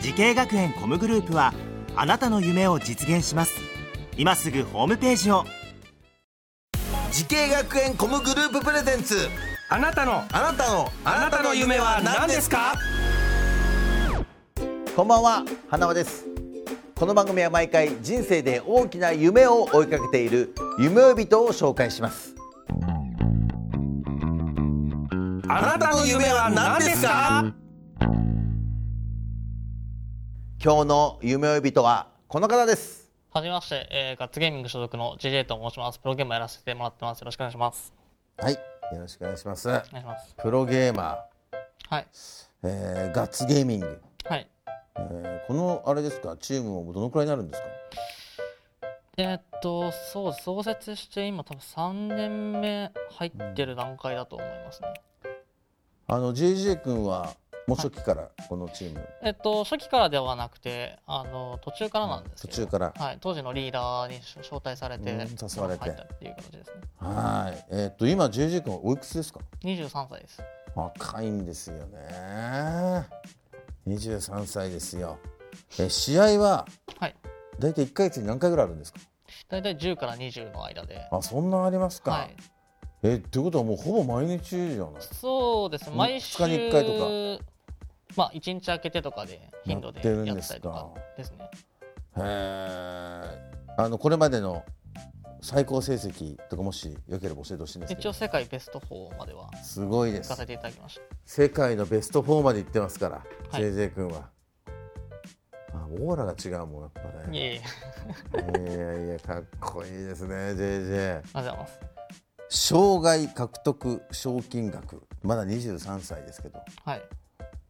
時系学園コムグループはあなたの夢を実現します今すぐホームページを時系学園コムグループプレゼンツあなたのあなたのあなたの夢は何ですかこんばんは花輪ですこの番組は毎回人生で大きな夢を追いかけている夢追い人を紹介しますあなたの夢は何ですか今日の夢追い人はこの方ですはじめまして、えーガッツゲーミング所属の JJ と申します。プロゲームやらせてもらってます。よろしくお願いします。はいよろしくお願いしますお願いします。プロゲーマはい。ー、えー、ガッツゲーミング、はい。えー、このあれですかチームもどのくらいになるんですかえーっと、そう、創設して今多分3年目入ってる段階だと思いますね。あの JJ 君はもう初期からこのチーム、えっと、初期からではなくて、あの、途中からなんですけど。途中からはい。当時のリーダーに招待されて、うん誘われて入ったっていう形ですね。はいえーっと今 JJ 君はおいくつですか23歳です。若いんですよね23歳ですよえー試合ははい。だいたい1ヶ月に何回ぐらいあるんですかだいたい10から20の間で。あそんなありますか、はい。えってことはもうほぼ毎日じゃないそうですん毎週二日に一回とまあ1日空けてとかで頻度でやってるんやでっすたかりとかですねへーあのこれまでの最高成績とかもしよければ教えてほしいんですけ一応ど世界ベスト4まではすごいで行かせすていただきまし世界のベスト4まで行ってますから、はい JJ 君はあオーラが違うもんやっぱたいねえいえいやいやかっこいいですねあ JJ りがとうございます障害獲得賞金額まだ23歳ですけどはい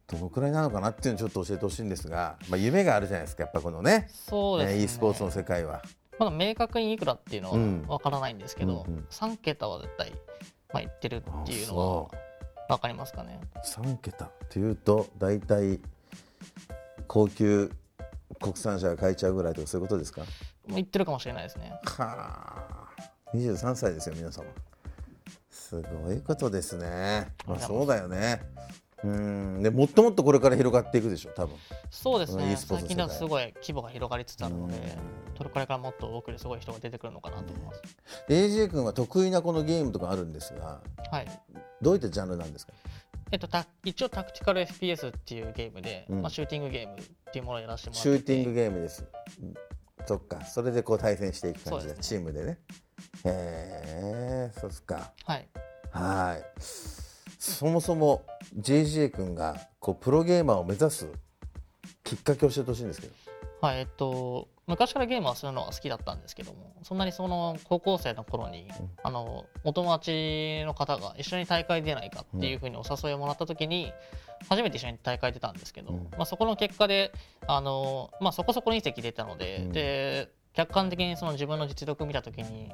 どのくらいなのかなっていうのをちょっと教えてほしいんですが、まあ、夢があるじゃないですかやっぱこのねそうですねね e スポーツの世界は。まだ明確にいくらっていうのはうんわからないんですけど、うんうん3桁は絶対まあいってるっていうあそのはわかりますかね3桁っていうと大体高級国産車が買えちゃうぐらいとかそういうことですかもういってるかもしれないですねはあ23歳ですよ皆様すごいことですねまあありがとそうだよねうんでもっともっとこれから広がっていくでしょ多分そうですうんね e スポーツ最近の世界ではすごい規模が広がりつつあるのでこれからもっと多くですごい人が出てくるのかなと思います、 AJ 君は得意なこのゲームとかあるんですがはいどういったジャンルなんですかえっと、た一応タクティカル FPS っていうゲームで、うんまあ、シューティングゲームっていうものをやらせてもらってシューティングゲームですうんそっかそれでこう対戦していく感じそうでですねチームでねへえそうっすかはいはい。そもそも JJ 君がこうプロゲーマーを目指すきっかけを教えてほしいんですけど。はいえっと昔からゲームはするのは好きだったんですけどもそんなにその高校生の頃に、あのお友達の方が一緒に大会出ないかっていうふうにお誘いをもらった時に、初めて一緒に大会出たんですけど、うんまあ、そこの結果であの、まあ、そこそこに席出たので,、うんで客観的にその自分の実力を見た時に、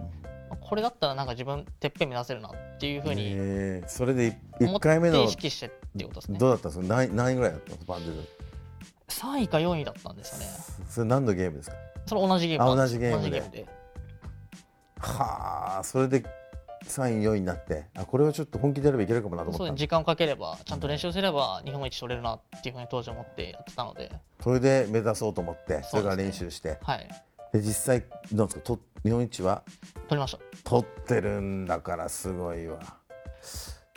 まあこれだったらなんか自分てっぺん目指せるなっていうふうにええそれで思っ一て回目の意識してっていうことですねどうだったんですか。何何位ぐらいだったのバンドで。 3位か4位だったんですよね。それ何のゲームですか。それ同じゲームなんあ同じゲー同ムでじゲームで。はあ、それで三位四位になって、あこれはちょっと本気でやればいけるかもなとそ思うですったんねだ。時間をかければ、ちゃんと練習すれば日本一取れるなっていうふうに当時思ってやってたので、それで目指そうと思っそうて、そですねれから練習して、はい、で実際なんですか。と日本一は取りました。取ってるんだからすごいわ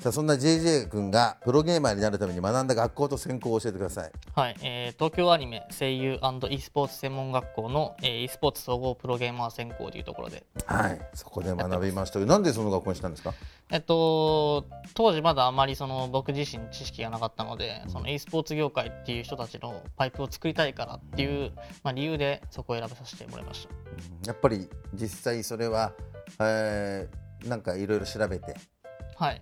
さあそんな JJ 君がプロゲーマーになるために学んだ学校と専攻を教えてくださいはい、えー東京アニメ声優 &e スポーツ専門学校の、えー、e スポーツ総合プロゲーマー専攻というところで、はいそこで学びましたけどなんでその学校にしたんですかえっと、当時まだあまりその僕自身知識がなかったので、その e スポーツ業界っていう人たちのパイプを作りたいからっていう、まあ、理由でそこを選べさせてもらいました。やっぱり実際それは、えーなんかいろいろ調べてはい、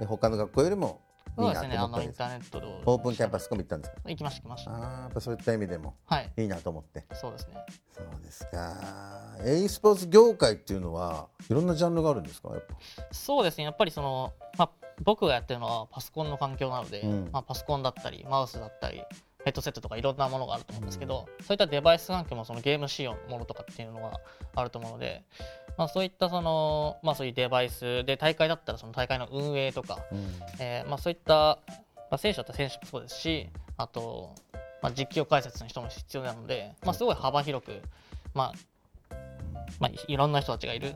で他の学校よりもそうでなすねとあ思のったんイでンすターネットでオープンキャンパスコミ行ったんですか行きました行きましあたーやっぱそういった意味でもはいいいなと思ってそうですねそうですか e スポーツ業界っていうのはいろんなジャンルがあるんですかやっぱそうですねやっぱりその、まあ、僕がやってるのはパソコンの環境なので、うんまあ、パソコンだったりマウスだったりヘッドセットとかいろんなものがあると思うんですけど、そういったデバイス環境もそのゲーム仕様のものとかっていうのがあると思うので、まあ、そういったその、まあ、そういうデバイスで大会だったらその大会の運営とか、えーまあ、そういった、まあ、選手だったら選手もそうですしあと、まあ、実況解説の人も必要なので、まあ、すごい幅広く、まあまあ、いいろんな人たちがいるっ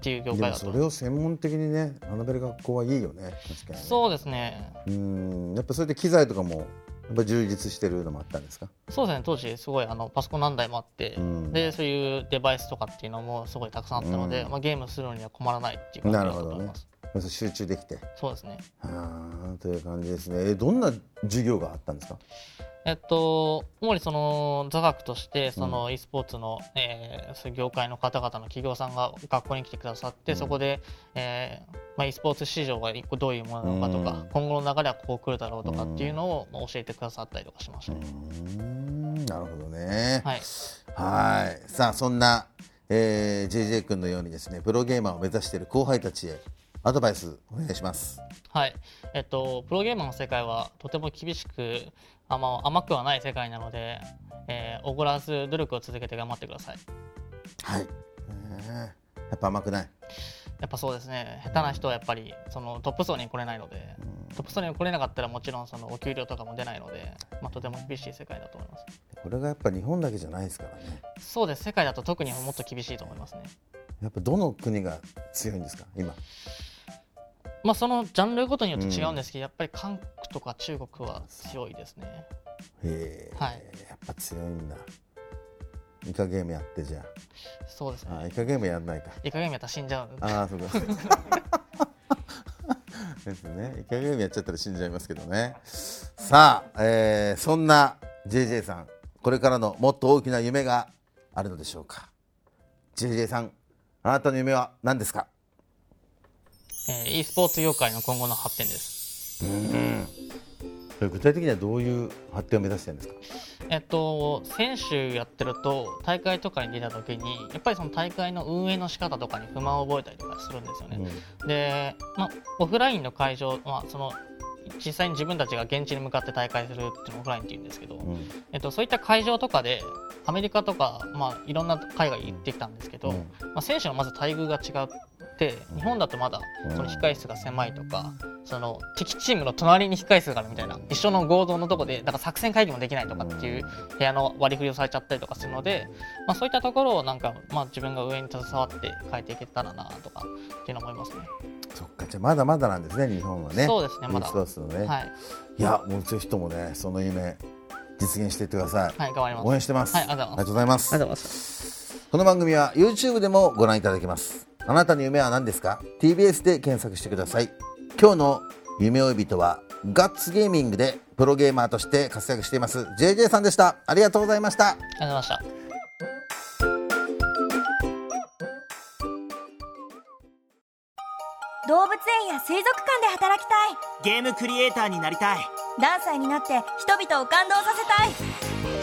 ていう業で界もだとそれを専門的にね学べる学校はいいよね確かにねそうですねうんやっぱそれで機材とかもやっぱ充実してるのもあったんですかそうですね当時すごいあのパソコン何台もあって、うんでそういうデバイスとかっていうのもすごいたくさんあったので、うんまあ、ゲームするのには困らないっていう感じだったとな思るいほどまねす、集中できてそうですねあーという感じですねえどんな授業があったんですかえっと主にその座学としてその e スポーツの、えーそういう業界の方々の企業さんが学校に来てくださって、そこで、えーまあ、e スポーツ市場が一個どういうものなのかとか、うん今後の流れはこう来るだろうとかっていうのを、まあ、教えてくださったりとかしました、うーんなるほどねはいはいさあそんな、えー、JJ 君のようにですねプロゲーマーを目指している後輩たちへアドバイスお願いしますはい、えっと、プロゲーマーの世界はとても厳しく、あま甘くはない世界なので、えー、おごらず努力を続けて頑張ってください。はい、ねえやっぱ甘くないやっぱそうですね、下手な人はやっぱりそのトップ層に来れないので、トップ層に来れなかったらもちろんそのお給料とかも出ないので、まあ、とても厳しい世界だと思います。これがやっぱ日本だけじゃないですからねそうです、世界だと特にもっと厳しいと思いますね。やっぱどの国が強いんですか今まあ、そのジャンルごとによって違うんですけど、やっぱり韓国とか中国は強いですね。へえ、はいやっぱ強いんだイカゲームやってじゃそうですああね。イカゲームやんないかいかげめやったら死んじゃうんで。ああそうかですねイカゲームやっちゃったら死んじゃいますけどねさあ、えーそんな JJ さんこれからのもっと大きな夢があるのでしょうか JJ さんあなたの夢は何ですかえー、e スポーツ業界の今後の発展です。それ具体的にはどういう発展を目指してるんですかえっと、選手やってると大会とかに出た時にやっぱりその大会の運営の仕方とかに不満を覚えたりとかするんですよね。で、まあ、オフラインの会場、まあ、その実際に自分たちが現地に向かって大会するっていうのをオフラインって言うんですけど、えっと、そういった会場とかでアメリカとか、まあ、いろんな海外行ってきたんですけど、まあ、選手のまず待遇が違って日本だとまだその控え室が狭いとか。その敵チームの隣に控え室があるみたいな一緒の合同のとこでだから作戦会議もできないとかっていう部屋の割り振りをされちゃったりとかするので、まあ、そういったところをなんか、まあ、自分が上に携わって変えていけたらなとかっていうのは思いますね。そっかじゃあまだまだなんですね日本はねそうですねまだスポーツのね、はい、いや、もうぜひともね、その夢、実現していってください。はい、頑張ります。応援してます。はい、ありがとうございます。うございます。ありがとうございます。この番組は YouTube でもご覧いただけます。あなたの夢は何ですか ?TBS で検索してください。今日の夢追い人は、ガッツゲーミングでプロゲーマーとして活躍しています、JJ さんでした。ありがとうございました。ありがとうございました。動物園や水族館で働きたいゲームクリエイターになりたいダンサーになって人々を感動させたい